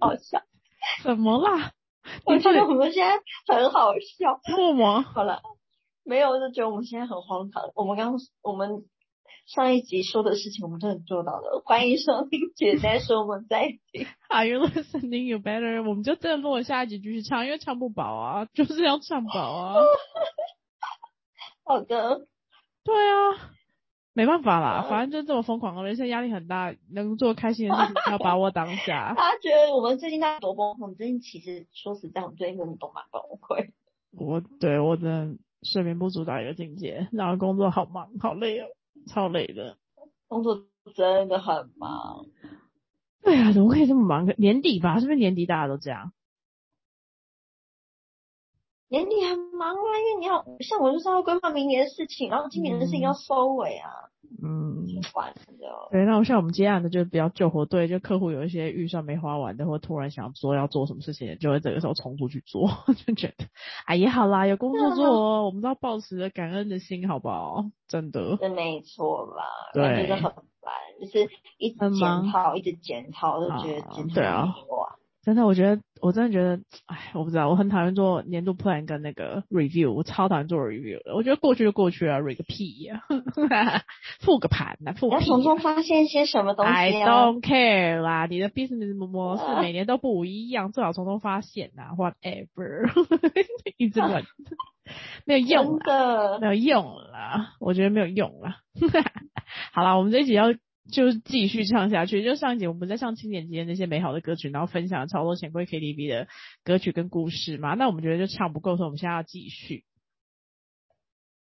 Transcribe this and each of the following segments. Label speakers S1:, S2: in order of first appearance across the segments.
S1: 好笑。
S2: 怎么啦？
S1: 我
S2: 你
S1: 觉
S2: 这
S1: 得我们现在很好笑。
S2: 默默
S1: 好了，没有，我就觉得我们现在很荒唐。我们刚我们上一集说的事情，我们真的做到了。欢迎收听《简单说我们在一起》。
S2: ，Are you listening? You better，我们就真的录了下一集继续唱，因为唱不饱啊， 就是要唱饱 啊。
S1: 好的，
S2: 对啊，没办法 啦，
S1: 嗯
S2: 反正就这么疯狂，人生压力很大，能做开心的事情要把握当下。
S1: 大家觉得我们最近在多崩溃？我们最近其实说实在，我们最近真的都蛮崩溃。
S2: 我对我真的睡眠不足到一个境界，然后工作好忙好累哦，超累的。
S1: 工作真的很忙，
S2: 对啊，怎么可以这么忙？年底吧，是不是年底大家都这样？
S1: 年底很忙啊，因为你要像我就是要规划明年的事情，然后今年的事情要收尾啊，
S2: 嗯，
S1: 挺烦的。
S2: 对，那我像我们接案的就是比较救火队，就客户有一些预算没花完的，或突然想说要做什么事情，就会这个时候冲出去做， 就觉得哎也好啦，有工作做哦，我们都要抱持着感恩的心，好不好？真的，
S1: 真没错啦，
S2: 对
S1: 感觉真的很烦，就是一直
S2: 很忙
S1: 检讨，一直检讨，就觉得
S2: 啊
S1: 检讨
S2: 对啊
S1: 很多啊。
S2: 真的，我觉得我真的觉得，哎，我不知道，我很讨厌做年度 plan 跟那个 review，我超讨厌做 review 的。我觉得过去就过去了，re 个屁呀、 复个盘呐、复
S1: 你
S2: 个
S1: 要
S2: 屁
S1: 从
S2: 呀、
S1: 中发现一些什么东
S2: I
S1: 西啊？
S2: don't care 啦，你的 business 模式
S1: 啊
S2: 每年都不一样，最好从中发现呐、whatever，一 直问，没有用啊
S1: 真
S2: 啦，
S1: 的
S2: 没有用啦，我觉得没有用啦。 好啦，我们这一集要就是继续唱下去，就上一集我们在唱青年节那些美好的歌曲，然后分享了超多钱柜 KTV 的歌曲跟故事嘛，那我们觉得就唱不够，所以我们现在要继续。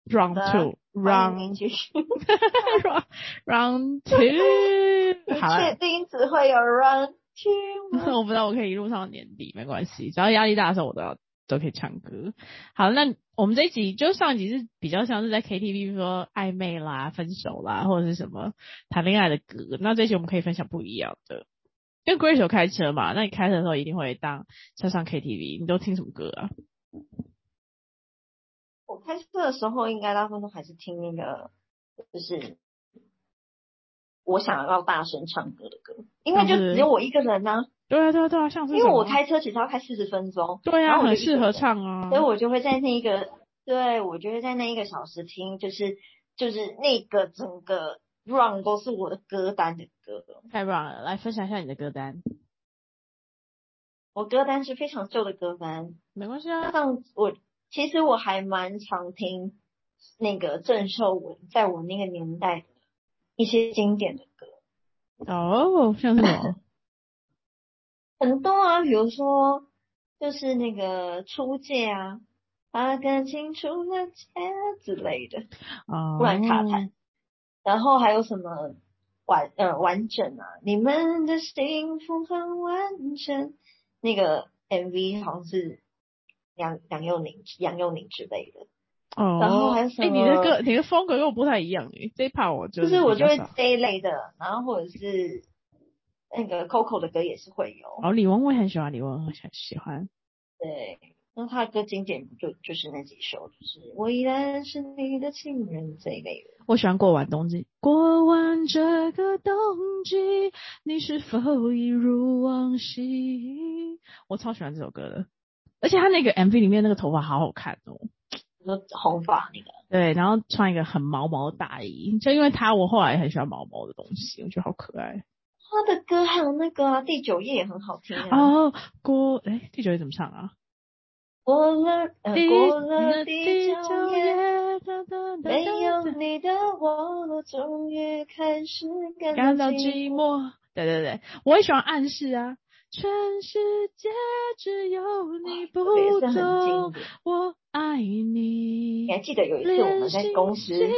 S2: Round
S1: 好的
S2: two，round
S1: 欢迎你继续。
S2: round two，
S1: 你
S2: 好啊了
S1: 确。定只会有 run two 吗？
S2: 我不知道我可以一路唱到年底，没关系，只要压力大的时候我都要都可以唱歌。好，那我们这一集就上一集是比较像是在 KTV 说暧昧啦、分手啦，或者是什么谈恋爱的歌。那这一集我们可以分享不一样的。因为 Grace 有开车嘛，那你开车的时候一定会当像上 KTV，你都听什么歌啊？
S1: 我开车的时候，应该大部分都还是听那个，就是我想要大声唱歌的歌，因为就只有我一个人呢、
S2: 对啊，对啊，对啊，像嗯是
S1: 因为我
S2: 什么
S1: 开车其实要开四十分钟，
S2: 对
S1: 然
S2: 啊，
S1: 后我就
S2: 很
S1: 一
S2: 适
S1: 个
S2: 合
S1: 人
S2: 唱啊
S1: 所以。我就会在那一个，对我就会在那一个小时听，就是就是那个整个 run 都是我的歌单的歌，
S2: 太棒了，来分享一下你的歌单，
S1: 我歌单是非常旧的歌单，
S2: 没关系
S1: 加
S2: 啊。
S1: 上我其实我还蛮常听那个郑秀文在我那个年代的一些经典的歌，
S2: 哦，像是什 么？
S1: 很多啊，比如说就是那个出界啊，把感情出了界之类的，
S2: 啊，
S1: 不然卡痰然后还有什么完呃完整啊，你们的幸福很完整，那个 MV 好像是杨杨佑宁杨佑宁之类的。
S2: 哦，
S1: 然后还有什
S2: 哎、你的
S1: 么
S2: 歌，你的风格跟我不太一样诶，这一 part 我就
S1: 就是我
S2: 比
S1: 就
S2: 较
S1: 会
S2: 少
S1: 这一类的，然后或者是那个 Coco 的歌也是会有，
S2: 哦，李玟我也很喜欢，李玟我很喜欢，
S1: 对，那他的歌经典就就是那几首，就是我依然是你的情人这一类的，
S2: 我喜欢过完冬季。过完这个冬季，你是否一如往昔？我超喜欢这首歌的，而且他那个 MV 里面那个头发好好看哦。
S1: 比如说红发那个，
S2: 对，然后穿一个很毛毛的大衣，就因为他，我后来也很喜欢毛毛的东西，我觉得好可爱。
S1: 他的歌还有那个啊，第九页也很好听啊，
S2: 哦，过哎，第九页怎么唱啊？
S1: 过了呃过了第九页。
S2: 页，哒哒哒
S1: 没
S2: 哒
S1: 有
S2: 哒
S1: 你的我，我终于开始
S2: 感
S1: 感
S2: 到
S1: 到
S2: 寂
S1: 寂寞。
S2: 寞。对对对，我也喜欢暗示啊。全世界只有你
S1: 这个也
S2: 不
S1: 是很经
S2: 走，
S1: 典。
S2: 我爱你
S1: 你。还记得有一次我们在公司
S2: 连星星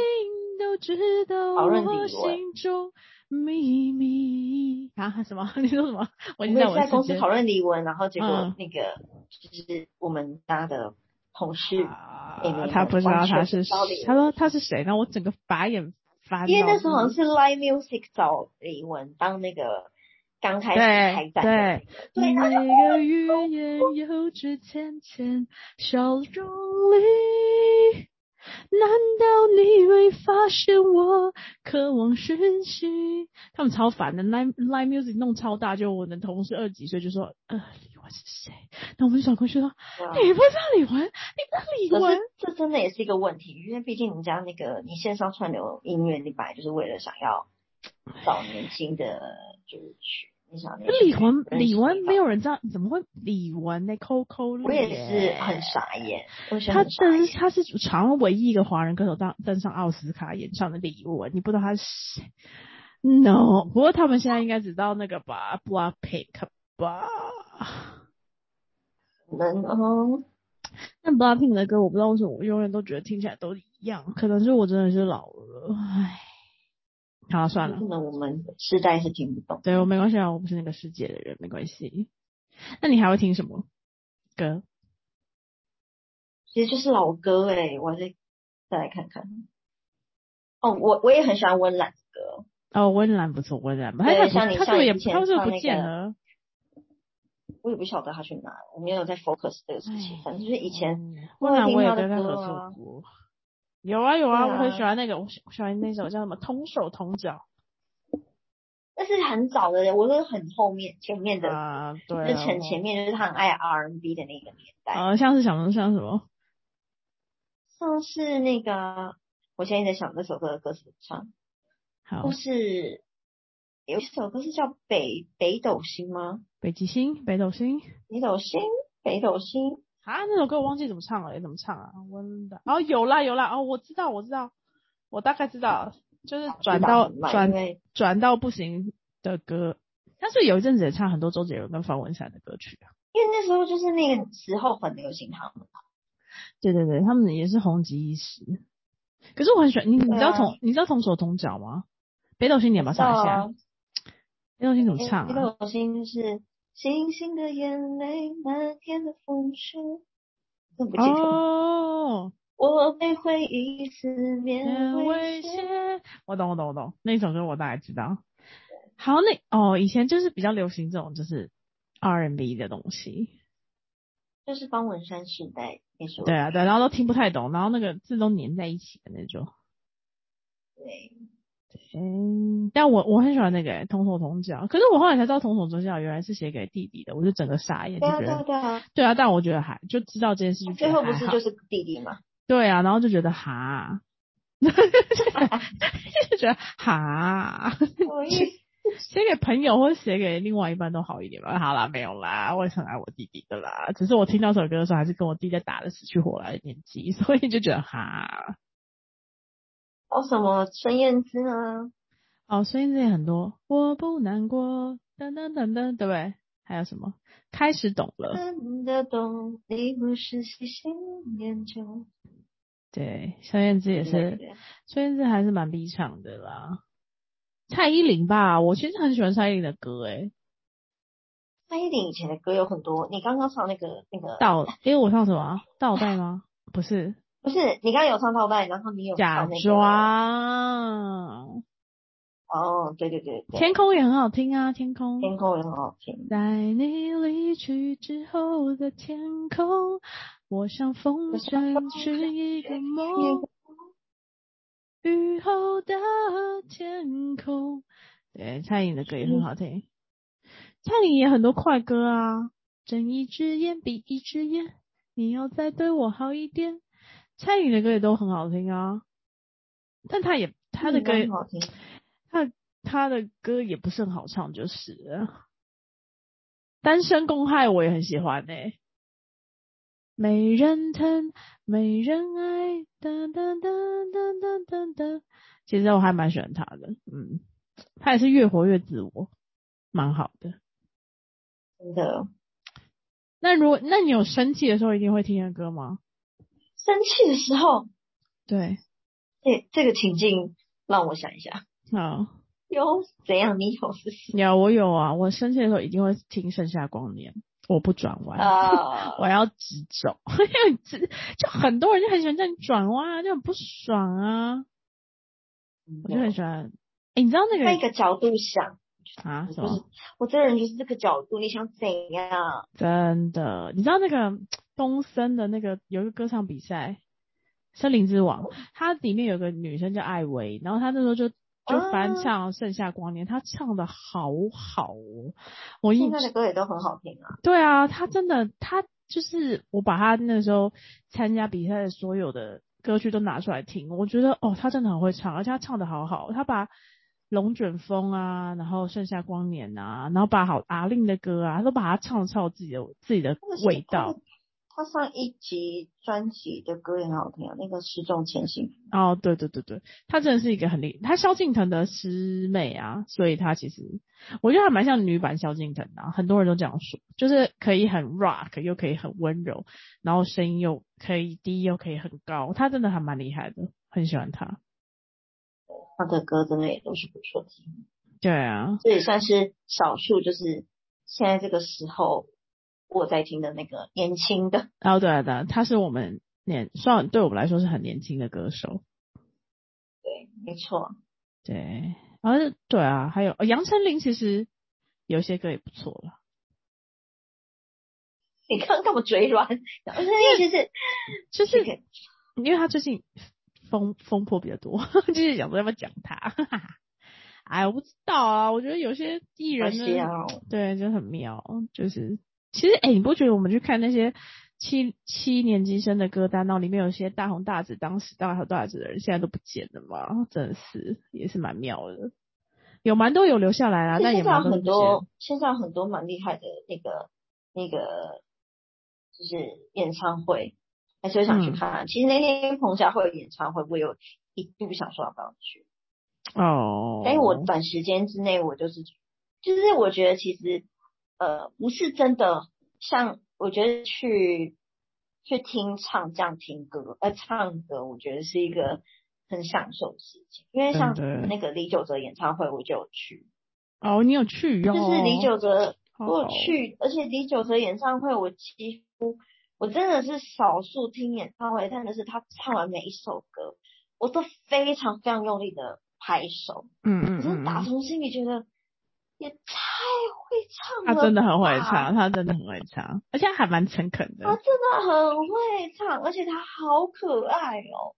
S2: 都知道
S1: 讨论
S2: 我
S1: 理论
S2: 心中秘密啊？什么？你说什么？我
S1: 我
S2: 已
S1: 们
S2: 经
S1: 也
S2: 在我
S1: 是在
S2: 的
S1: 公
S2: 世
S1: 司
S2: 界
S1: 讨论离文，然后结
S2: 嗯
S1: 果那个就是我们家的同事，妹
S2: 啊
S1: 妹
S2: 他
S1: 们
S2: 不知道
S1: 完全
S2: 他
S1: 不
S2: 是
S1: 知道李，
S2: 他说他是谁？那我整个把眼翻到。
S1: 因为那时候好像是 Live Music 找李文当那个刚开始开
S2: 对
S1: 展的
S2: 对，
S1: 那个，对，然后
S2: 每个语言有着浅浅笑容里，难道你会发现我渴望讯息？他们超烦的，Line Line Music 弄超大，就我的同事二十几岁就说，呃，李玟是谁？那我们就转过去说，
S1: 哇
S2: 你不知道李玟？你不知道
S1: 可
S2: 李
S1: 是
S2: 玟？
S1: 这真的也是一个问题，因为毕竟你家那个你线上串流音乐，你本来就是为了想要找年轻的，就是去你想年
S2: 李
S1: 轻人
S2: 玟，
S1: 认
S2: 李
S1: 识
S2: 玟
S1: 你
S2: 没
S1: 吧，
S2: 有人知道，怎么会李玟呢？Coco
S1: 我也
S2: 脸
S1: 是很傻眼，我觉得
S2: 他
S1: 很傻
S2: 登
S1: 眼。
S2: 他是台湾唯一一个华人歌手当登上奥斯卡演唱的礼物，你不知道他是谁？No，不过他们现在应该知道那个吧，Blackpink 吧。
S1: 能嗯，
S2: 但 Blackpink 的歌，我不知道为什么，我永远都觉得听起来都一样，可能是我真的是老了，唉。嗯好，啊算了
S1: 可，能我们世代是听不懂。
S2: 对我没关系啊，我不是那个世界的人，没关系。那你还会听什么歌？
S1: 其实就是老歌哎、欸，我再再来看看。哦，我我也很喜欢温岚的歌，
S2: 哦，温岚不错，温岚吧，他
S1: 对
S2: 他不
S1: 像你
S2: 他是
S1: 像
S2: 不
S1: 你
S2: 是也
S1: 之前
S2: 他是不是
S1: 唱
S2: 不
S1: 那
S2: 见
S1: 个
S2: 了？
S1: 我也不晓得他去哪了，我没有在 focus 这个事情，
S2: 哎
S1: 反正就是以前
S2: 嗯
S1: 我
S2: 温
S1: 有
S2: 岚
S1: 听
S2: 我也
S1: 他的
S2: 跟他合
S1: 歌
S2: 作
S1: 啊
S2: 过。有啊有啊，
S1: 对
S2: 我
S1: 啊
S2: 很喜欢那个，我喜我喜欢那首叫什么《同手同脚
S1: 但是很早的，我是很后面前面》的，
S2: 啊，对
S1: 之
S2: 啊，
S1: 前前面就是他很爱 R&B 的那个年代，
S2: 呃，像是想像什么？
S1: 像是那个我现在在想这首歌的歌词怎么唱，
S2: 好
S1: 就，是有一首歌是叫北北斗星吗？
S2: 北极星，北斗星
S1: 北斗星，北斗星，
S2: 啊，那首歌我忘记怎么唱了，怎么唱啊？温的哦，有啦有啦，哦，我知道我知道，我大概知道，就是
S1: 啊
S2: 转到
S1: 知道很慢
S2: 转
S1: 因为
S2: 转到不行的歌，但是有一阵子也唱很多周杰伦跟方文山的歌曲啊。
S1: 因为那时候就是那个时候很流行他们，
S2: 对对对，他们也是红极一时。可是我很喜欢你，你知
S1: 对
S2: 道
S1: 啊
S2: 同、你知道同手同脚吗？北斗星你要不要
S1: 知道
S2: 唱一下？
S1: 啊。
S2: 北斗星怎么
S1: 北
S2: 唱啊？
S1: 斗星就是星星的眼泪，满天的风雪，更不记得。
S2: 哦，
S1: 我被回忆思念
S2: 很
S1: 威
S2: 危
S1: 胁。
S2: 险！我懂我懂我懂，那一首歌我大概知道。好，那哦，以前就是比较流行这种就是 R&B 的东西，
S1: 就是方文山时代那首
S2: 对啊对，然后都听不太懂，然后那个字都粘在一起的那种。
S1: 对，
S2: 嗯，但我我很喜欢那个、同手同脚，可是我后来才知道同手同脚原来是写给弟弟的，我就整个傻眼，就
S1: 对啊对
S2: 觉得
S1: 啊对啊，
S2: 对啊，但我觉得还就知道这件事就觉
S1: 哦最
S2: 得
S1: 后不
S2: 还
S1: 是
S2: 好
S1: 就是弟弟嘛？
S2: 对啊，然后就觉得哈， 就觉得哈，
S1: 我意思
S2: 写给朋友或者写给另外一半都好一点吧。好啦，没有啦，我也是很爱我弟弟的啦，只是我听到这首歌的时候还是跟我弟在打的死去活来的年纪，所以就觉得哈。
S1: 哦什么孙燕姿啊，
S2: 哦，孙燕姿也很多，我不难过，等等等等，对不对？还有什么？开始懂了。
S1: 看得懂你不是喜新厌旧，
S2: 对，孙燕姿也是，孙燕姿还是蛮逼唱的啦。蔡依林吧，我其实很喜欢蔡依林的歌欸诶、
S1: 蔡依林以前的歌有很多，你刚刚唱那个那个
S2: 倒，因为我唱什么啊倒带吗？不是，
S1: 不是你刚刚有唱套带，然后你有
S2: 假
S1: 唱那个
S2: 装。
S1: 哦，对对对对，
S2: 天空也很好听啊，天空。
S1: 天空也很好听，
S2: 在你离去之后的天空，我像风
S1: 我像风
S2: 筝是一个
S1: 因
S2: 梦
S1: 为。
S2: 雨后的天空。对，
S1: 嗯
S2: 蔡依林的歌也很好听，蔡依林也很多快歌啊，睁一只眼闭一只眼，你要再对我好一点。蔡依林的歌也都很好听啊，但她也她的歌
S1: 嗯很好听，
S2: 她她的歌也不是很好唱，就是了单身公害我也很喜欢诶、没人疼，没人爱，噔噔噔噔噔噔噔。其实我还蛮喜欢他的，嗯，他也是越活越自我，蛮好的。
S1: 真的。
S2: 那如果那你有生气的时候一定会听的歌吗？
S1: 生气的时候，
S2: 对，
S1: 这这个情境让我想一下，
S2: 好，
S1: 有怎样？你有是 谁
S2: 啊有我有啊，我生气的时候一定会听《盛夏光年》，我不转弯。
S1: 啊？
S2: 我要直走， 因为直就很多人就很喜欢叫你转弯啊，就很不爽啊，我就很喜欢。哎、你知道那个
S1: 嗯换一个角度想，
S2: 啊什
S1: 就
S2: 么
S1: 是？我这个人就是这个角度，你想怎样？
S2: 真的，你知道那个东森的那个有一个歌唱比赛，森林之
S1: 哦
S2: 王》，它里面有个女生叫艾薇，然后她那时候就就翻唱《盛夏光年》，她唱的好好哦，我一
S1: 现在的歌也都很好听啊。
S2: 对啊，她真的，她就是我把她那时候参加比赛的所有的歌曲都拿出来听，我觉得哦，她真的很会唱，而且她唱的好好，她把。龙卷风啊，然后盛夏光年啊，然后把好阿令的歌啊，她都把它唱出自己的自己的
S1: 那个是
S2: 味道。。
S1: 他上一集专辑的歌也很好听啊，那个《失重前行》
S2: 哦，对对对对，她真的是一个很厉，她萧敬腾的师妹啊，所以她其实我觉得还蛮像女版萧敬腾的、啊，很多人都这样说，就是可以很 rock，又可以很温柔，然后声音又可以低，又可以很高，她真的还蛮厉害的，很喜欢她。
S1: 他的歌真的也都是不错听，
S2: 对啊，
S1: 这也算是少数，就是现在这个时候我在听的那个年轻的。
S2: 然后对啊对啊，她是我们年算对我们来说是很年轻的歌手，
S1: 对， 没错，
S2: 对，然后对啊，还有、哦、杨丞琳其实有些歌也不错了。
S1: 你刚干嘛嘴 软？然后那意思是
S2: 就
S1: 这
S2: 是
S1: 个
S2: 因为他最近风风波比较多， 就是想说要不要讲他。 哎，我不知道啊，我觉得有些艺
S1: 可
S2: 人呢
S1: 惜啊，
S2: 对，就很妙，就是其实哎、你不觉得我们去看那些七七年级生的歌单，然后里面有些大红大紫、当时大红大紫的人，现在都不见了吗？真的是也是蛮妙的，有蛮多有留下来啦，啊但也
S1: 现在有
S2: 蛮
S1: 很
S2: 不见
S1: 多，现在有很多蛮厉害的那个那个，就是演唱会，还是会想去
S2: 嗯
S1: 看。其实那天彭佳慧有演唱会，我有一度想说要不要去，
S2: 哦。
S1: 但是哎我短时间之内，我就是就是我觉得其实呃不是真的像我觉得去去听唱这样听歌呃唱歌，我觉得是一个很享受的事情，因为像
S2: 真的
S1: 那个李玖哲演唱会我就有去，
S2: 哦，你有去哟，
S1: 就是李玖哲
S2: 好
S1: 我有
S2: 好
S1: 去，而且李玖哲演唱会我几乎我真的是少数听演唱会，但是他唱完每一首歌，我都非常非常用力的拍手。
S2: 嗯嗯
S1: 可
S2: 嗯
S1: 是打
S2: 嗯，
S1: 从心里觉得也太会唱
S2: 他
S1: 了，
S2: 真的很会唱，，他真的很会唱，而且他还蛮诚恳的。
S1: 他真的很会唱，而且他好可爱哦。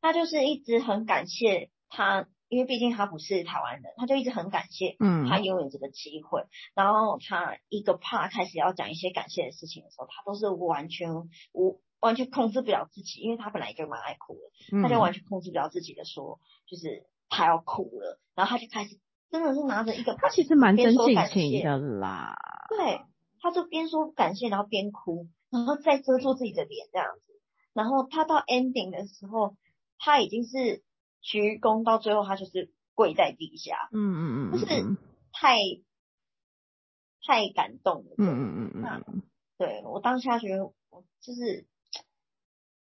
S1: 他就是一直很感谢他，因为毕竟他不是台湾人，他就一直很感谢
S2: 嗯
S1: 他拥有这个机会。然后他一个怕开始要讲一些感谢的事情的时候，他都是完全无完全控制不了自己，因为他本来就蛮爱哭的。
S2: 嗯
S1: 他就完全控制不了自己的说，就是他要哭了，然后他就开始真的是拿着一个
S2: 嗯，他
S1: 板，
S2: 其实蛮
S1: 边
S2: 真
S1: 说
S2: 性
S1: 感
S2: 情
S1: 谢
S2: 的啦。
S1: 对，他就边说感谢，然后边哭，然后再遮住自己的脸这样子，然后他到 ending 的时候，他已经是鞠躬到最后，他就是跪在地下，
S2: 嗯嗯嗯，
S1: 就是
S2: 嗯
S1: 太太感动了，
S2: 嗯嗯嗯嗯，
S1: 对我当下觉得，我就是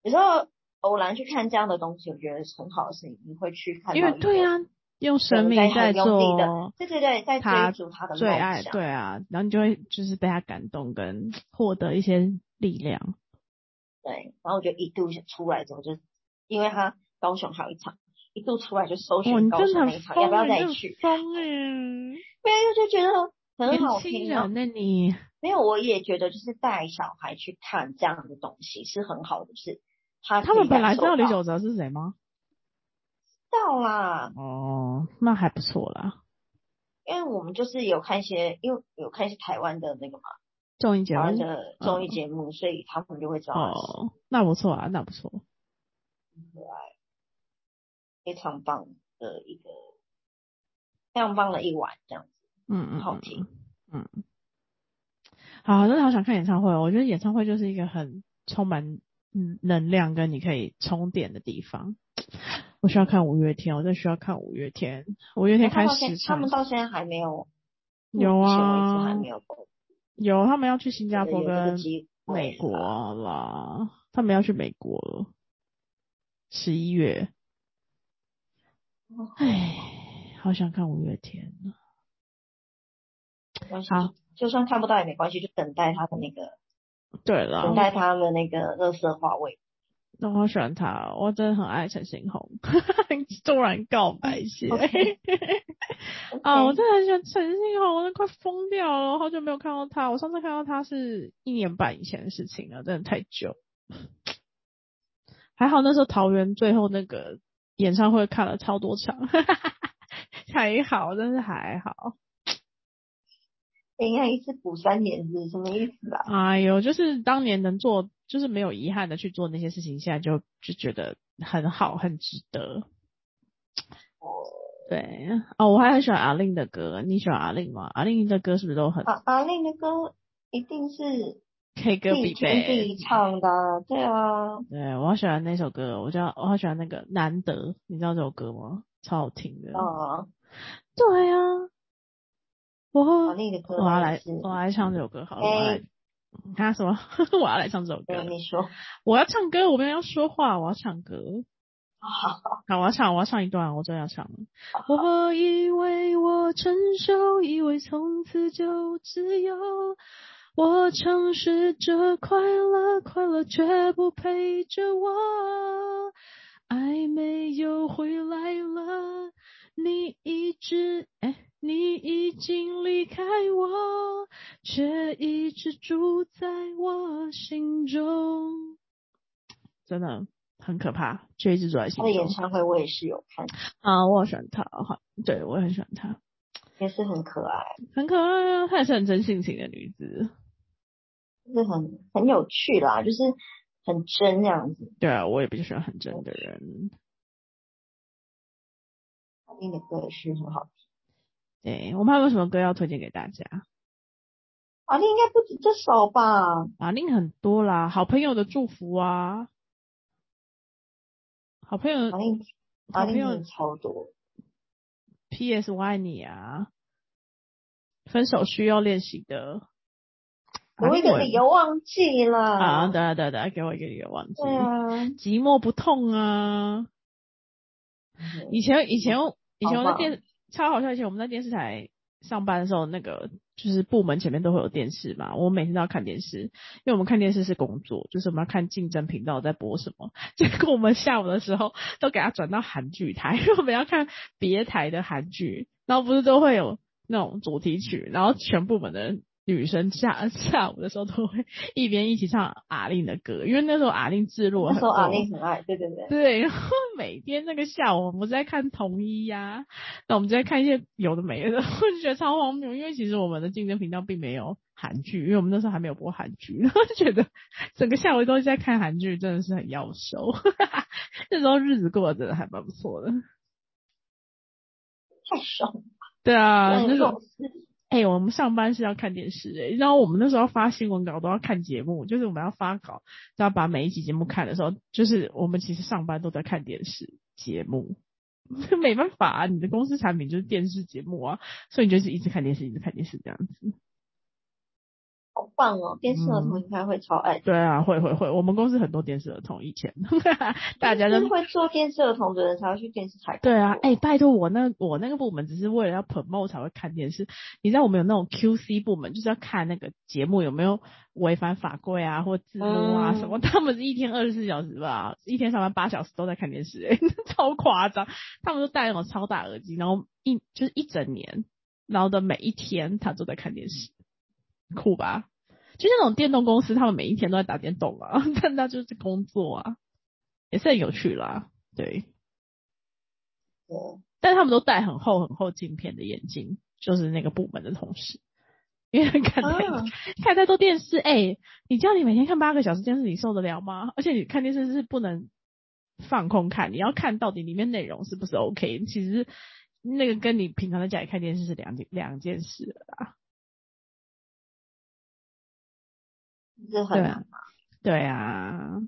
S1: 有时候偶然去看这样的东西，我觉得是很好的事情，你会去看到
S2: 因为
S1: 一
S2: 对
S1: 个
S2: 啊，用
S1: 人
S2: 生命
S1: 在
S2: 在
S1: 很用力地
S2: 做
S1: 对对对，在
S2: 他
S1: 追逐他的
S2: 最
S1: 梦
S2: 爱，
S1: 想。
S2: 对啊，然后你就会就是被他感动，跟获得一些力量。
S1: 对然后我就一度想出来之后，就因为他高雄还有一场，一度出来就搜
S2: 哇，
S1: 寻
S2: 你
S1: 高
S2: 真的
S1: 雄那
S2: 很
S1: 一场，要
S2: 疯
S1: 不要
S2: 欸，你
S1: 再
S2: 真的
S1: 去？
S2: 很疯哎，
S1: 没有，就觉得很好
S2: 年轻
S1: 听。哦然后
S2: 人，那欸你
S1: 没有，我也觉得就是带小孩去看这样的东西是很好的事。他
S2: 他
S1: 可
S2: 们
S1: 以感
S2: 本来知
S1: 受
S2: 道李
S1: 到
S2: 玖哲是谁吗？
S1: 到啦，
S2: 哦，那还不错啦，
S1: 因为我们就是有看一些，因为有看一些台湾的那个嘛，
S2: 综艺节
S1: 台湾
S2: 目。
S1: 的综艺节目，所以他们就会知道他是
S2: 嗯哦，那不错啊，那不错。
S1: 非常棒的一个，非常棒的一晚这样子，
S2: 嗯嗯，
S1: 很好
S2: 嗯
S1: 听。
S2: 好，真的好想看演唱会哦。我觉得演唱会就是一个很充满嗯能量跟你可以充电的 地方。我需要看五月天，我真的需要看五月天。五月天
S1: 他
S2: 开
S1: 到现
S2: 始
S1: 他
S2: 唱
S1: 们，到现在还没有，
S2: 有
S1: 目前为止
S2: 啊
S1: 还，没有公
S2: 有他们要去新加
S1: 觉得
S2: 坡
S1: 有这个
S2: 跟
S1: 机会
S2: 美国
S1: 啦
S2: 啦，他们要去美国了，十一月。
S1: 哦
S2: 唉，好想看五月天啊。
S1: 没关系
S2: 好，
S1: 就算看不到也没关系，就等待他的那个，
S2: 对了，
S1: 等待他的那个热色化位。
S2: 那我好喜欢他哦，我真的很爱陈星红。 突然告白 谢
S1: OK
S2: 啊！我
S1: OK
S2: 真的很喜欢陈星红，我都快疯掉了，我好久没有看到他。我上次看到他是一年半以前的事情了，真的太久。还好那时候桃园最后那个演唱会看了超多场， 还好，真是还好。
S1: 应该一次补三年是什么意思啊？
S2: 哎呦，就是当年能做，就是没有遗憾的去做那些事情，现在就就觉得很好，很值得。哦对哦，我还很喜欢阿令的歌，你喜欢阿令吗？阿令的歌是不是都很
S1: 阿阿令的歌啊一定是
S2: K 歌
S1: 自己
S2: 必
S1: 听自己
S2: 备？
S1: 唱的啊，对啊，
S2: 对，我好喜欢那首歌，我叫我好喜欢那个难得，你知道这首歌吗？超好听的。
S1: 哦，
S2: 嗯对啊，
S1: 阿
S2: 我
S1: 令的啊歌
S2: 我要来
S1: 是，
S2: 我要来唱这首歌好了，我要来
S1: 哎，
S2: 嗯他什么？ 我要来唱这首歌
S1: 对，，你说，
S2: 我要唱歌，我没有要说话，我要唱歌。
S1: 好，
S2: 好，我要唱，我要唱一段，我真的要唱了。我以为我成熟，以为从此就自由。我尝试着快乐，快乐却不陪着我。爱没有回来了，你一直哎，你已经离开我，却一直住在我心中。真的很可怕，却一直住在心
S1: 他的
S2: 中
S1: 演。唱会我也是有看，
S2: 啊，我喜欢他，好对我也很喜欢他，
S1: 也是很可爱，
S2: 很可爱啊，她也是很真性情的女子。
S1: 就是很很有趣啦，就是很真这样子。
S2: 对啊，我也比较喜欢很真的人。
S1: 阿令的歌也是很好听，
S2: 对我们还有没有什么歌要推荐给大家？
S1: 阿令应该不止这首吧？
S2: 啊，令很多啦，好朋友的祝福啊，好朋
S1: 阿
S2: 友
S1: 令阿
S2: 好朋
S1: 令真
S2: 友
S1: 的超多，
S2: P.S. 我爱你啊，分手需要练习的。啊
S1: 我一
S2: 令
S1: 个
S2: 我也
S1: 理由忘记了
S2: 啊，对啊对啊对啊，给我一个理由忘记。
S1: 对啊，
S2: 寂寞不痛啊，以前以前以前我在电超好笑，以前我们在电视台上班的时候，那个就是部门前面都会有电视嘛，我每天都要看电视，因为我们看电视是工作，就是我们要看竞争频道在播什么。 结果我们下午的时候都给它转到韩剧台，因为我们要看别台的韩剧，然后不是都会有那种主题曲，然后全部门的。女生下下午的时候都会一边一起唱阿令的歌，因为那时候阿令自录
S1: 那
S2: 很
S1: 时
S2: 多
S1: 候阿令很爱，对对对，
S2: 对，然后每天那个下午，我们不是在看同一呀、那我们就在看一些有的没的， 我就觉得超荒谬。因为其实我们的竞争频道并没有韩剧，因为我们那时候还没有播韩剧， 然后就觉得整个下午都是在看韩剧，真的是很要手。 那时候日子过得真的还蛮不错的。
S1: 太爽了。
S2: 对啊，
S1: 那
S2: 那
S1: 种
S2: 种哎、我们上班是要看电视诶、然后我们那时候要发新闻稿都要看节目，就是我们要发稿，都要把每一集节目看的时候，就是我们其实上班都在看电视节目， 没办法啊，你的公司产品就是电视节目啊，所以你就是一直看电视，一直看电视这样子。
S1: 好棒哦！电视儿童应该会超爱的，
S2: 对啊，会会会，我们公司很多电视儿童以前， 大家
S1: 就
S2: 都
S1: 是会做电视儿童的人才会去电视台。
S2: 对啊，哎、拜托我那我那个部门只是为了要 promote 才会看电视，你知道我们有那种 QC 部门，就是要看那个节目有没有违反法规啊，或字幕啊
S1: 嗯
S2: 什么。他们是一天二十四小时吧，一天上班八小时都在看电视、哎， 超夸张。他们都戴那种超大耳机，然后一就是一整年，然后的每一天他都在看电视，酷吧？就那种电动公司，他们每一天都在打电动啊， 但那就是工作啊，也是很有趣啦，对。
S1: 对，
S2: 但他们都戴很厚很厚镜片的眼镜，就是那个部门的同事，因为看太、
S1: 啊
S2: 看太多电视，哎、你叫你每天看八个小时电视，你受得了吗？而且你看电视是不能放空看，你要看到底里面内容是不是 OK，其实那个跟你平常在家里看电视是两件两件事了啦。
S1: 就是
S2: 对
S1: 很
S2: 啊对啊，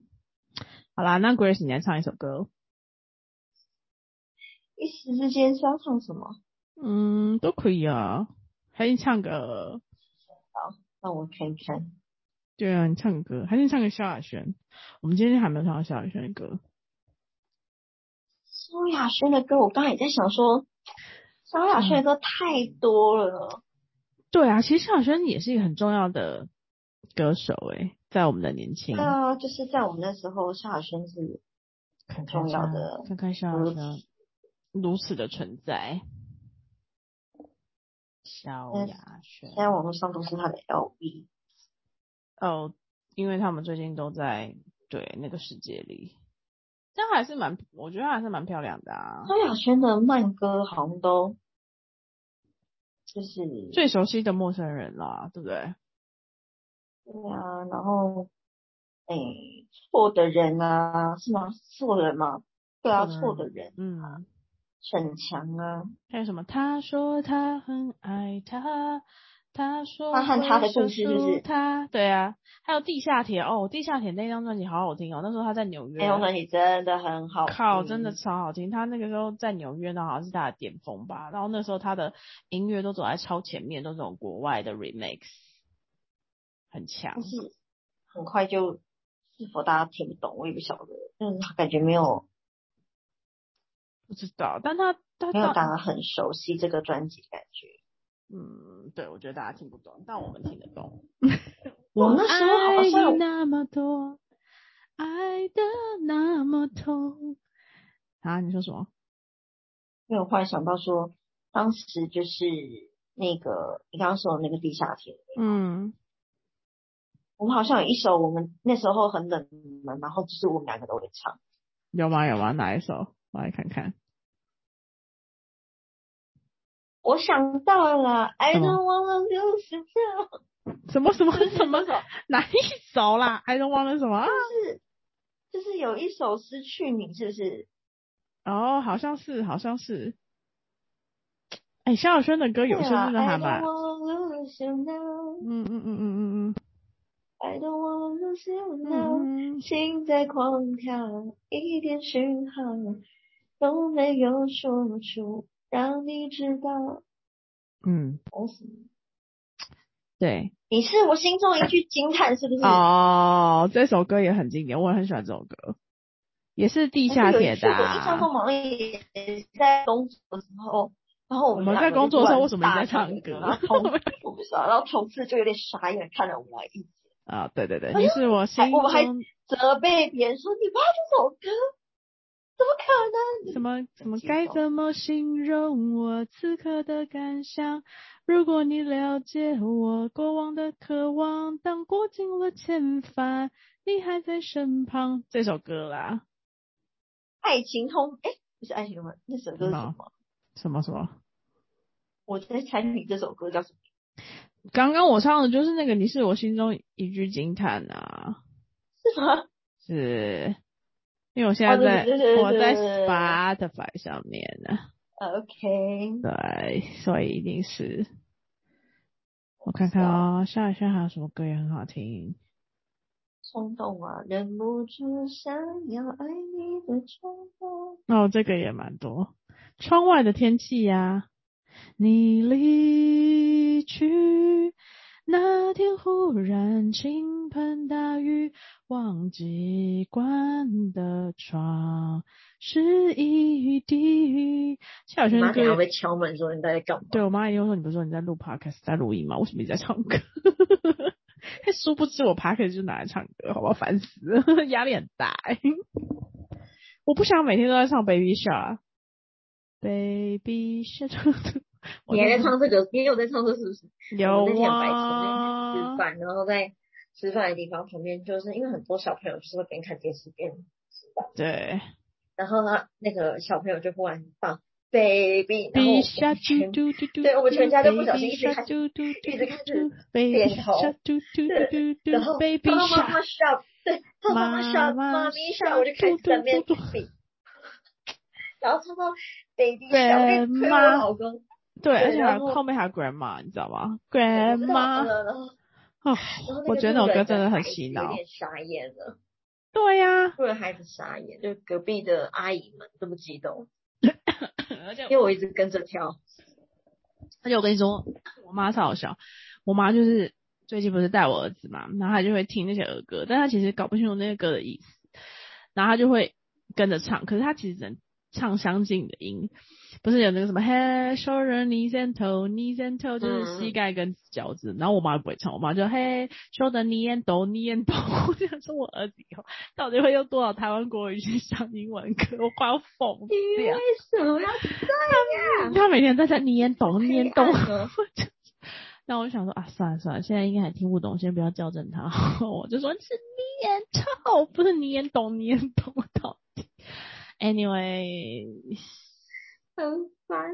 S2: 好啦，那 Grace 你来唱一首歌，
S1: 一时之间是要唱什么？
S2: 嗯，都可以啊，还是你唱个，
S1: 让我看一看。
S2: 对啊，你唱个歌，还是你唱个萧亚轩，我们今天还没有唱到萧亚轩的歌。
S1: 萧亚轩的歌，我刚才也在想说，萧亚轩的歌太多了，
S2: 对啊，其实萧亚轩也是一个很重要的歌手诶、在我们的年轻，
S1: 那、啊就是在我们那时候，萧亚轩是
S2: 看
S1: 很
S2: 看
S1: 重要
S2: 萧
S1: 的
S2: 啊看看萧亚轩如此的存在。萧
S1: 嗯
S2: 亚轩
S1: 现在网络上都是他的 LV。
S2: 哦，因为他们最近都在对那个世界里，但还是蛮，我觉得还是蛮漂亮的啊。
S1: 萧亚轩的慢歌好像都就是对
S2: 最熟悉的陌生人啦，对不对？
S1: 啊，然后哎错的人啊，是吗？错的人吗？对啊，
S2: 错
S1: 错
S2: 的人
S1: 的人，
S2: 嗯，
S1: 逞强啊，
S2: 还有什么？他说他很爱他，他说
S1: 他和他的故事
S2: 会
S1: 就
S2: 说
S1: 是
S2: 出他，对啊，还有地下铁哦，地下铁那张专辑好好听哦，那时候他在纽约，
S1: 哎那张专辑真的很好，
S2: 靠，真的。超好听！他那个时候在纽约，那好像是他的巅峰吧。然后那时候他的音乐都走在超前面，都是那种国外的 remix，很强
S1: 但。是很快就是否大家听不懂，我也不晓得，就是感觉没有
S2: 不知道，但他他
S1: 没有大家
S2: 当
S1: 很熟悉这个专辑的感觉。
S2: 嗯，对，我觉得大家听不懂，但我们听得懂。
S1: 我那时候好像
S2: 爱
S1: 有
S2: 你那么多，爱的那么痛啊！你说什么？
S1: 因为我忽然想到说，当时就是那个你刚刚说的那个地下铁，
S2: 嗯，
S1: 我们好像有一首我们那时候很冷门，然后就是我们两个都会唱，
S2: 有吗？有吗？哪一首？我来看看。
S1: 我想到了，I
S2: 什么
S1: don't wanna lose you，
S2: 什么什么
S1: 就是
S2: 什么
S1: 那首，
S2: 哪一首啦？I don't want 什么啊？
S1: 就是就是有一首失去你，是不是？
S2: 哦，好像是，好像是。哎，萧亚轩的歌有些
S1: 对啊
S2: 真的还
S1: I don't
S2: 蛮……
S1: wanna lose you now，I
S2: 嗯嗯嗯嗯
S1: don't
S2: 嗯
S1: wanna lose you
S2: 嗯
S1: now。
S2: 嗯嗯，
S1: 心在狂跳，一点讯号都没有说出，让你知道。
S2: 嗯，
S1: 我是你
S2: 对。
S1: 你是我心中一句惊叹，
S2: 嗯
S1: 是不是？
S2: 哦，这首歌也很经典，我也很喜欢这首歌，也是地
S1: 地
S2: 下铁的
S1: 我印象
S2: 啊。
S1: 中王力在工作的时候，然后我
S2: 我
S1: 们
S2: 们
S1: 两
S2: 在
S1: 个
S2: 工作的时候，为
S1: 就
S2: 什
S1: 突
S2: 么
S1: 然
S2: 你在
S1: 大歌
S2: 唱歌？
S1: 然 后同我不知道，然后同事就有点傻眼看了我们一起
S2: 啊，对对对，
S1: 哎
S2: 你是我心
S1: 我还
S2: 中
S1: 责备别人说你不要这首歌，怎么可能？
S2: 什么什么
S1: 激
S2: 该
S1: 动
S2: 怎么形容我此刻的感想？如果你了解我过往的渴望，当过尽了前帆，你还在身旁。这首歌啊啦，
S1: 爱情通哎、不是爱情通，那首歌是什
S2: 什
S1: 么？
S2: 什么什么？
S1: 我在猜你这首歌叫什么？
S2: 刚刚我唱的就是那个，你是我心中一句惊叹啊！
S1: 是吗？
S2: 是，因为我现在
S1: 哦对
S2: 在、
S1: 对对对
S2: 我在
S1: 对对对
S2: Spotify 上面呢、
S1: OK，
S2: 对，所以一定是。我看看
S1: 啊
S2: 哦，下一下还有什么歌也很好听。
S1: 冲动啊，忍不住想要爱你的冲动。
S2: 哦，这个也蛮多。窗外的天气呀、你离去那天忽然倾盆大雨，忘记关的窗是一滴。萧亚轩
S1: 妈，
S2: 的
S1: 你还
S2: 歌
S1: 会敲门说你在干嘛？
S2: 对我妈一定会说：“你不是说你在录 podcast，在录音吗？为什么你在唱歌？” 她殊不知我 podcast 就拿来唱歌，好不好？烦死了，压力很大、欸。我不想每天都在唱 Baby Shark，Baby Shark，我
S1: 你还在
S2: 真的
S1: 唱这个？你有在唱这是不是？我那
S2: 有
S1: 天很白痴，那天
S2: 啊
S1: 吃？饭，然后在吃饭的地方旁边，就是因为很多小朋友就是会边看电视边吃饭，
S2: 对
S1: 然后他那个小朋友就忽然放 baby，然后我
S2: ，Baby
S1: 们
S2: Shark，
S1: 全
S2: 嘟嘟嘟，
S1: 对我们全家就不小
S2: Baby
S1: 心一直
S2: Shark，
S1: 开始
S2: 嘟嘟
S1: 一直开始
S2: 嘟嘟，Baby
S1: 点头
S2: Shark，嘟嘟嘟嘟
S1: 然后
S2: 嘟，Baby
S1: 妈妈
S2: Shark
S1: 妈。shop，对，他妈妈 shop，
S2: 妈
S1: 妈
S2: 妈
S1: 咪 shop，我就开始在那边比，然后唱到 baby
S2: 对
S1: shop，我就推我
S2: 妈
S1: 老公，
S2: 对，
S1: 对
S2: 而且
S1: 然
S2: 还
S1: 后
S2: 后面还有 grandma，你知道吗
S1: 我知道呃
S2: ？grandma
S1: 了然后
S2: 哦
S1: 然后，
S2: 我
S1: 个
S2: 觉得那
S1: 路
S2: 首歌
S1: 人
S2: 真的很
S1: 孩子
S2: 洗
S1: 有
S2: 脑。
S1: 点傻眼了，
S2: 对呀、
S1: 路人孩子傻眼，就隔壁的阿姨们这么激动，
S2: 而且
S1: 因为我一直跟着跳，
S2: 而且我跟你说，我妈超好笑，我妈就是最近不是带我儿子嘛，然后她就会听那些儿歌，但她其实搞不清楚那些歌的意思，然后她就会跟着唱，可是她其实只能唱相近的音，不是有那个什么嘿 shoulder knees and toe knees and toe
S1: 嗯
S2: 就是膝盖跟脚趾，然后我妈不会唱，我妈就嘿 shoulder knee and toe knee and toe，我就想说我儿子以后到底会用多少台湾国语去唱英文歌，我快要疯
S1: 你为
S2: 掉。
S1: 什么要这样？
S2: 他每天在这念懂念 懂
S1: 黑暗呢，
S2: 那我就想说啊，算了算了，现在应该还听不懂，先不要校 正他。我就说是念臭，不是念懂念懂到底。 Anyway，
S1: 很烦。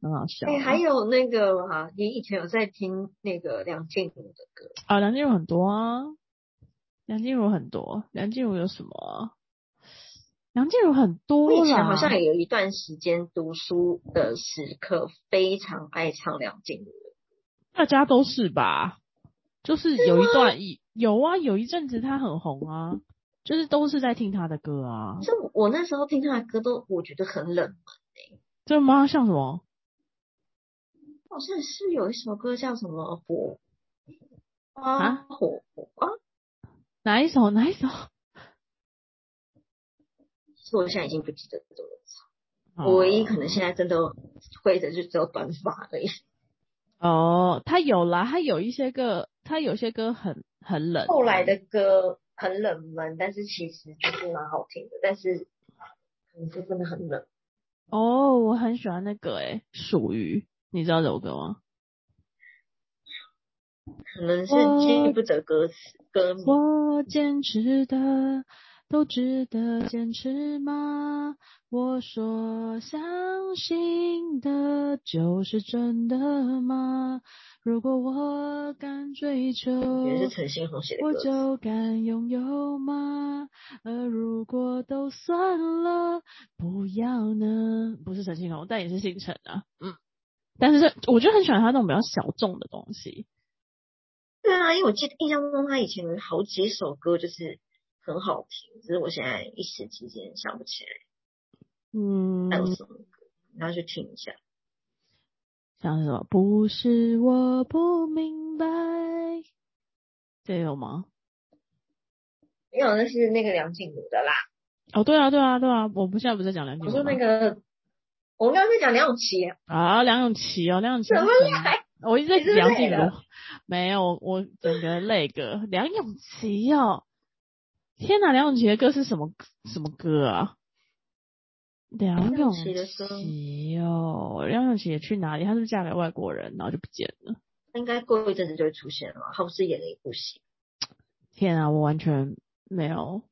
S2: 很好笑。
S1: 哎、还有那个哈、你以前有在听那个梁静茹的歌？
S2: 啊、梁静茹很多啊，梁静茹很多，梁静茹有什么啊？梁静茹很多啊
S1: 我
S2: 啦，
S1: 以前好像也有一段时间读书的时刻，非常爱唱梁静茹。
S2: 大家都是吧？就是有一段一有啊，有一阵子她很红啊，就是都是在听她的歌啊。
S1: 这我那时候听她的歌都，我觉得很冷门。
S2: 这吗？像什么？
S1: 好像是有一首歌叫什么火花
S2: 啊
S1: 火火啊，
S2: 哪一首？哪一首？
S1: 其实我现在已经不记得怎么唱。
S2: 哦
S1: 我唯一可能现在真的会的就只有短发而已。
S2: 哦，他有啦，他有一些歌，他有些歌很很冷。
S1: 后来的歌很冷门，但是其实就是蛮好听的，但是可能就真的很冷。
S2: 哦，我很喜欢那个诶、属于你知道这首歌吗？
S1: 可能是
S2: 我
S1: 记不得歌词歌名，
S2: 我坚持的都值得坚持吗？我说相信的就是真的吗？如果我敢追求，
S1: 也是陈星红写的
S2: 我
S1: 歌词。
S2: 就敢拥有吗？呃，如果都算了，不要呢？不是陈信宏，但也是星辰啊。嗯，但是我就很喜欢他那种比较小众的东西。
S1: 对啊，因为我记得印象中他以前有好几首歌就是很好听，只是我现在一时之间想不起来
S2: 嗯，
S1: 还有什么歌，然后去听一下。
S2: 像是什么？不是我不明白，这有吗？
S1: 没有，那是那个梁静茹的啦。
S2: 哦，对啊，对啊，对啊，我不现在不是在讲梁静
S1: 我
S2: 茹
S1: 说那
S2: 吗
S1: 个，我刚刚在讲梁咏琪，
S2: 啊，梁咏琪哦，梁咏琪是
S1: 怎么
S2: 谁啊
S1: 来？
S2: 我一直在
S1: 你是不
S2: 讲
S1: 是
S2: 梁静
S1: 累
S2: 茹
S1: 了，
S2: 没有，我整个累个梁咏琪哦，天哪，梁咏琪的歌是什么什么歌啊？
S1: 梁
S2: 梁咏
S1: 咏琪的歌
S2: 琪哦，梁咏琪也去哪里？她是不是嫁给外国人，然后就不见了？
S1: 应该过一阵子就会出现了。她不是演了一部戏，
S2: 天啊，我完全没有，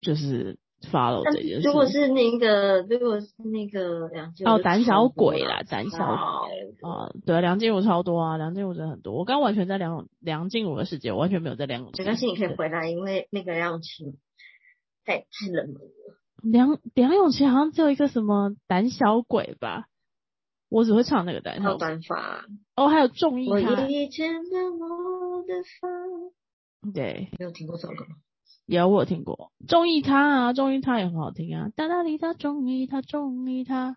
S2: 就是 follow
S1: 但
S2: 这件事。
S1: 如果是那个，如果是那个梁静茹
S2: 哦
S1: 就
S2: 胆
S1: 超
S2: 小
S1: 多
S2: 鬼
S1: 了
S2: 啦胆小
S1: 超多
S2: 啊、对，梁静茹超多啊，梁静茹真的很多。我刚完全在梁咏梁静茹的世界，我完全没有在梁咏琪
S1: 没
S2: 的
S1: 关
S2: 世界。
S1: 系，你可以回来，因为那个梁咏琪太太冷门了。
S2: 梁梁咏琪好像只有一个什么胆小鬼吧，我只会唱那个胆
S1: 还有
S2: 小鬼。
S1: 短发，
S2: 哦，还有综艺
S1: 我
S2: 咖，
S1: 一剪掉我的发，
S2: 对，
S1: 没有听过这首歌吗？
S2: 有我有听过综艺咖啊，综艺咖也很好听啊。哒哒哩哒，综艺咖，综艺咖，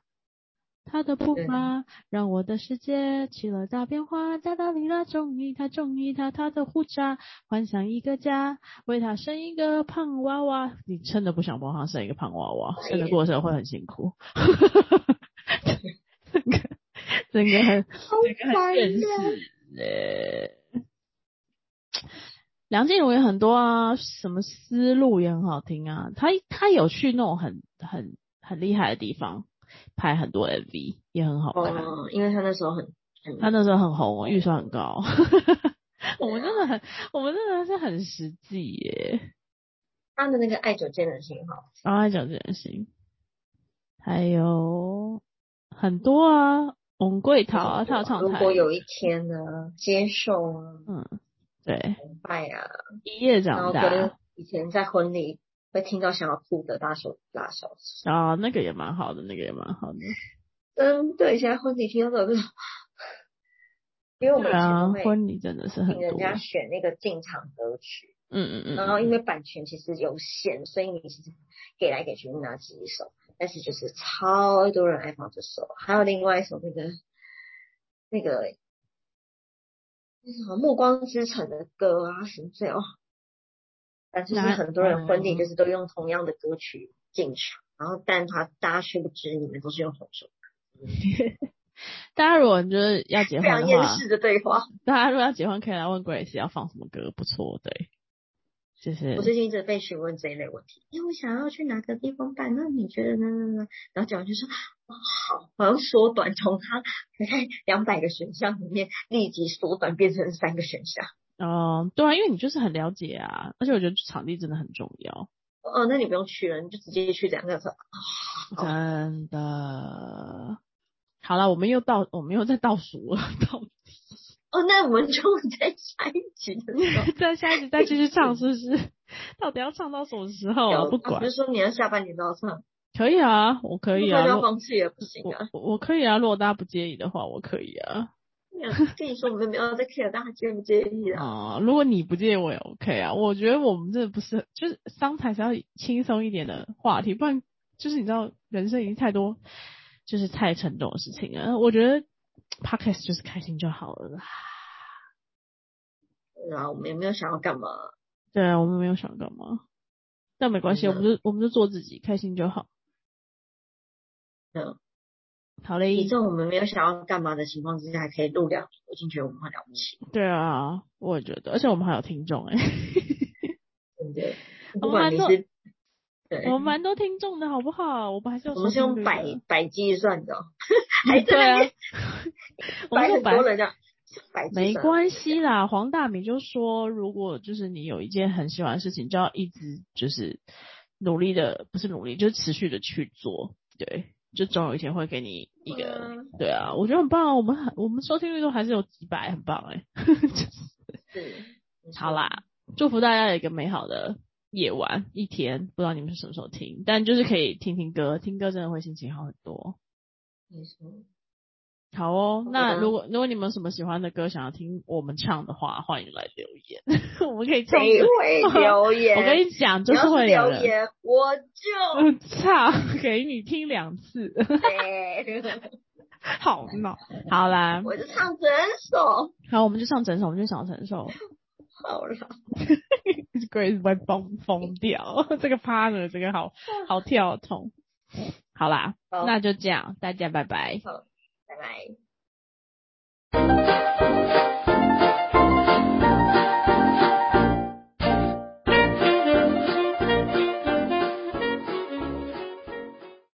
S2: 他的步
S1: 对
S2: 伐让我的世界起了大变化。哒哒哩哒，综艺咖，综艺咖，他的护扎幻想一个家，为他生一个胖娃娃。你真的不想帮他生一个胖娃娃，生得过生会很辛苦。整个整个很
S1: 好
S2: 整个很厌世欸梁静茹也很多啊，什么思路也很好听啊。她她有去那种很很很厉害的地方拍很多 MV，也很好看。
S1: 哦，因为他那时候很很
S2: 她那时候很红，哦预算很 高。我们真的很，我们真的是很实际耶。
S1: 他的那个爱久见人心哈，
S2: 然后还讲这件事情，还有很多啊，翁贵桃啊，他有唱
S1: 如
S2: 台
S1: 果
S2: 语，
S1: 有一天呢，接受啊，
S2: 嗯，对，
S1: 崇拜啊，
S2: 一夜
S1: 然后
S2: 长
S1: 跟
S2: 大啊
S1: 以前在婚礼会听到想要哭的大手拉小手，
S2: 啊，那个也蛮好的，那个也蛮好的，
S1: 嗯，对，现在婚礼听到这种歌， 因为我们
S2: 对
S1: 以前
S2: 啊
S1: 都，会
S2: 婚礼真的是很
S1: 请
S2: 多
S1: 人，家选那个进场歌曲，
S2: 嗯嗯
S1: 然后
S2: 嗯，
S1: 因为版权其实有限，所以你其实给来给去拿几首，但是就是超多人爱放这首，还有另外一首那个那个那什么《暮光之城》的歌啊什么之类哦，但就是
S2: 哪
S1: 很多人婚礼
S2: 哦
S1: 就是都用同样的歌曲进场，然后但他大家殊不知你们都是用同首，
S2: 大家如果就是要结
S1: 非
S2: 婚
S1: 常
S2: 的
S1: 厌
S2: 话，
S1: 世的对话。
S2: 大家如果要结婚可以来问 Grace 要放什么歌，不错，对，就是
S1: 我最近一直被询问这一类问题，因为我想要去哪个地方办，那你觉得呢？呢呢？然后讲完就说，哦，好，我要缩短，从它在两百个选项里面立即缩短变成三个选项。
S2: 哦、对啊，因为你就是很了解啊，而且我觉得场地真的很重要，
S1: 哦，那你不用去了，你就直接去两个课。哦
S2: 真的。好了，我们又倒，我们又在倒数了， 倒
S1: 哦，那我们就 在下一集的时候
S2: 在下一集再继续唱，是不是？ 到底要唱到什么时 候啊？
S1: 聊。
S2: 不
S1: 啊比
S2: 管
S1: 如，说你要下半年都要唱，
S2: 可以啊，我可以啊。
S1: 不然
S2: 如
S1: 要
S2: 果
S1: 放弃也不行啊。
S2: 我我可以啊，如果大家不介意的话，我可以啊。
S1: 跟你说，我们没有在 care 大家介不介意啊。
S2: 啊、如果你不介意，我也 OK 啊。我觉得我们这不是，就是商台是要轻松一点的话题，不然就是你知道，人生已经太多，就是太沉重的事情了。我觉得 podcast 就是开心就好了啦。
S1: 然啊后我们也没有想要干嘛，
S2: 对啊，我们没有想干嘛，但没关系，
S1: 嗯
S2: 我们就我们就做自己，开心就好。
S1: 嗯，
S2: 好嘞，
S1: 你这种我们没有想要干嘛的情况之下，还可以录两集，我已经觉得我们很了不起，
S2: 对啊，我也觉得，而且我们还有听众哎、
S1: 对不对？
S2: 我
S1: 不
S2: 们还
S1: 管你
S2: 做
S1: 是，对，
S2: 我们蛮多听众的好不好？我们还是有
S1: 我们是用百
S2: 收听率的
S1: 百计算的哦， 还在
S2: 对
S1: 那
S2: 啊
S1: 边，百
S2: 我们用
S1: 很
S2: 百
S1: 多人这样，百计算
S2: 没关系啦。黄大米就说，如果就是你有一件很喜欢的事情，就要一直就是努力的，不是努力，就是持续的去做，对，就总有一天会给你一个，
S1: 嗯
S2: 对啊，我觉得很棒啊，我们很我们收听率都还是有几百，很棒哎、
S1: 是，没错
S2: 啊好，啦，祝福大家有一个美好的夜晚一天，不知道你们是什么时候听，但就是可以听听歌，听歌真的会心情好很多。
S1: 没错，
S2: 好哦，
S1: 好的
S2: 那如果如果你们有什么喜欢的歌想要听我们唱的话，欢迎来留 言，我们可以唱。
S1: 谁会留言？
S2: 我跟你讲，就
S1: 你要
S2: 会有
S1: 留
S2: 人
S1: 言，我 就
S2: 嗯唱给你听两次，
S1: 对，
S2: 好闹。好啦，
S1: 我就唱整首。
S2: 好，我们就唱整首，我们就想 整首。
S1: 好了，
S2: Grace 会疯疯掉， 这个 partner 这个好好跳痛。好啦，
S1: 好
S2: 那就这样，大家拜拜。
S1: 拜拜。
S3: Thank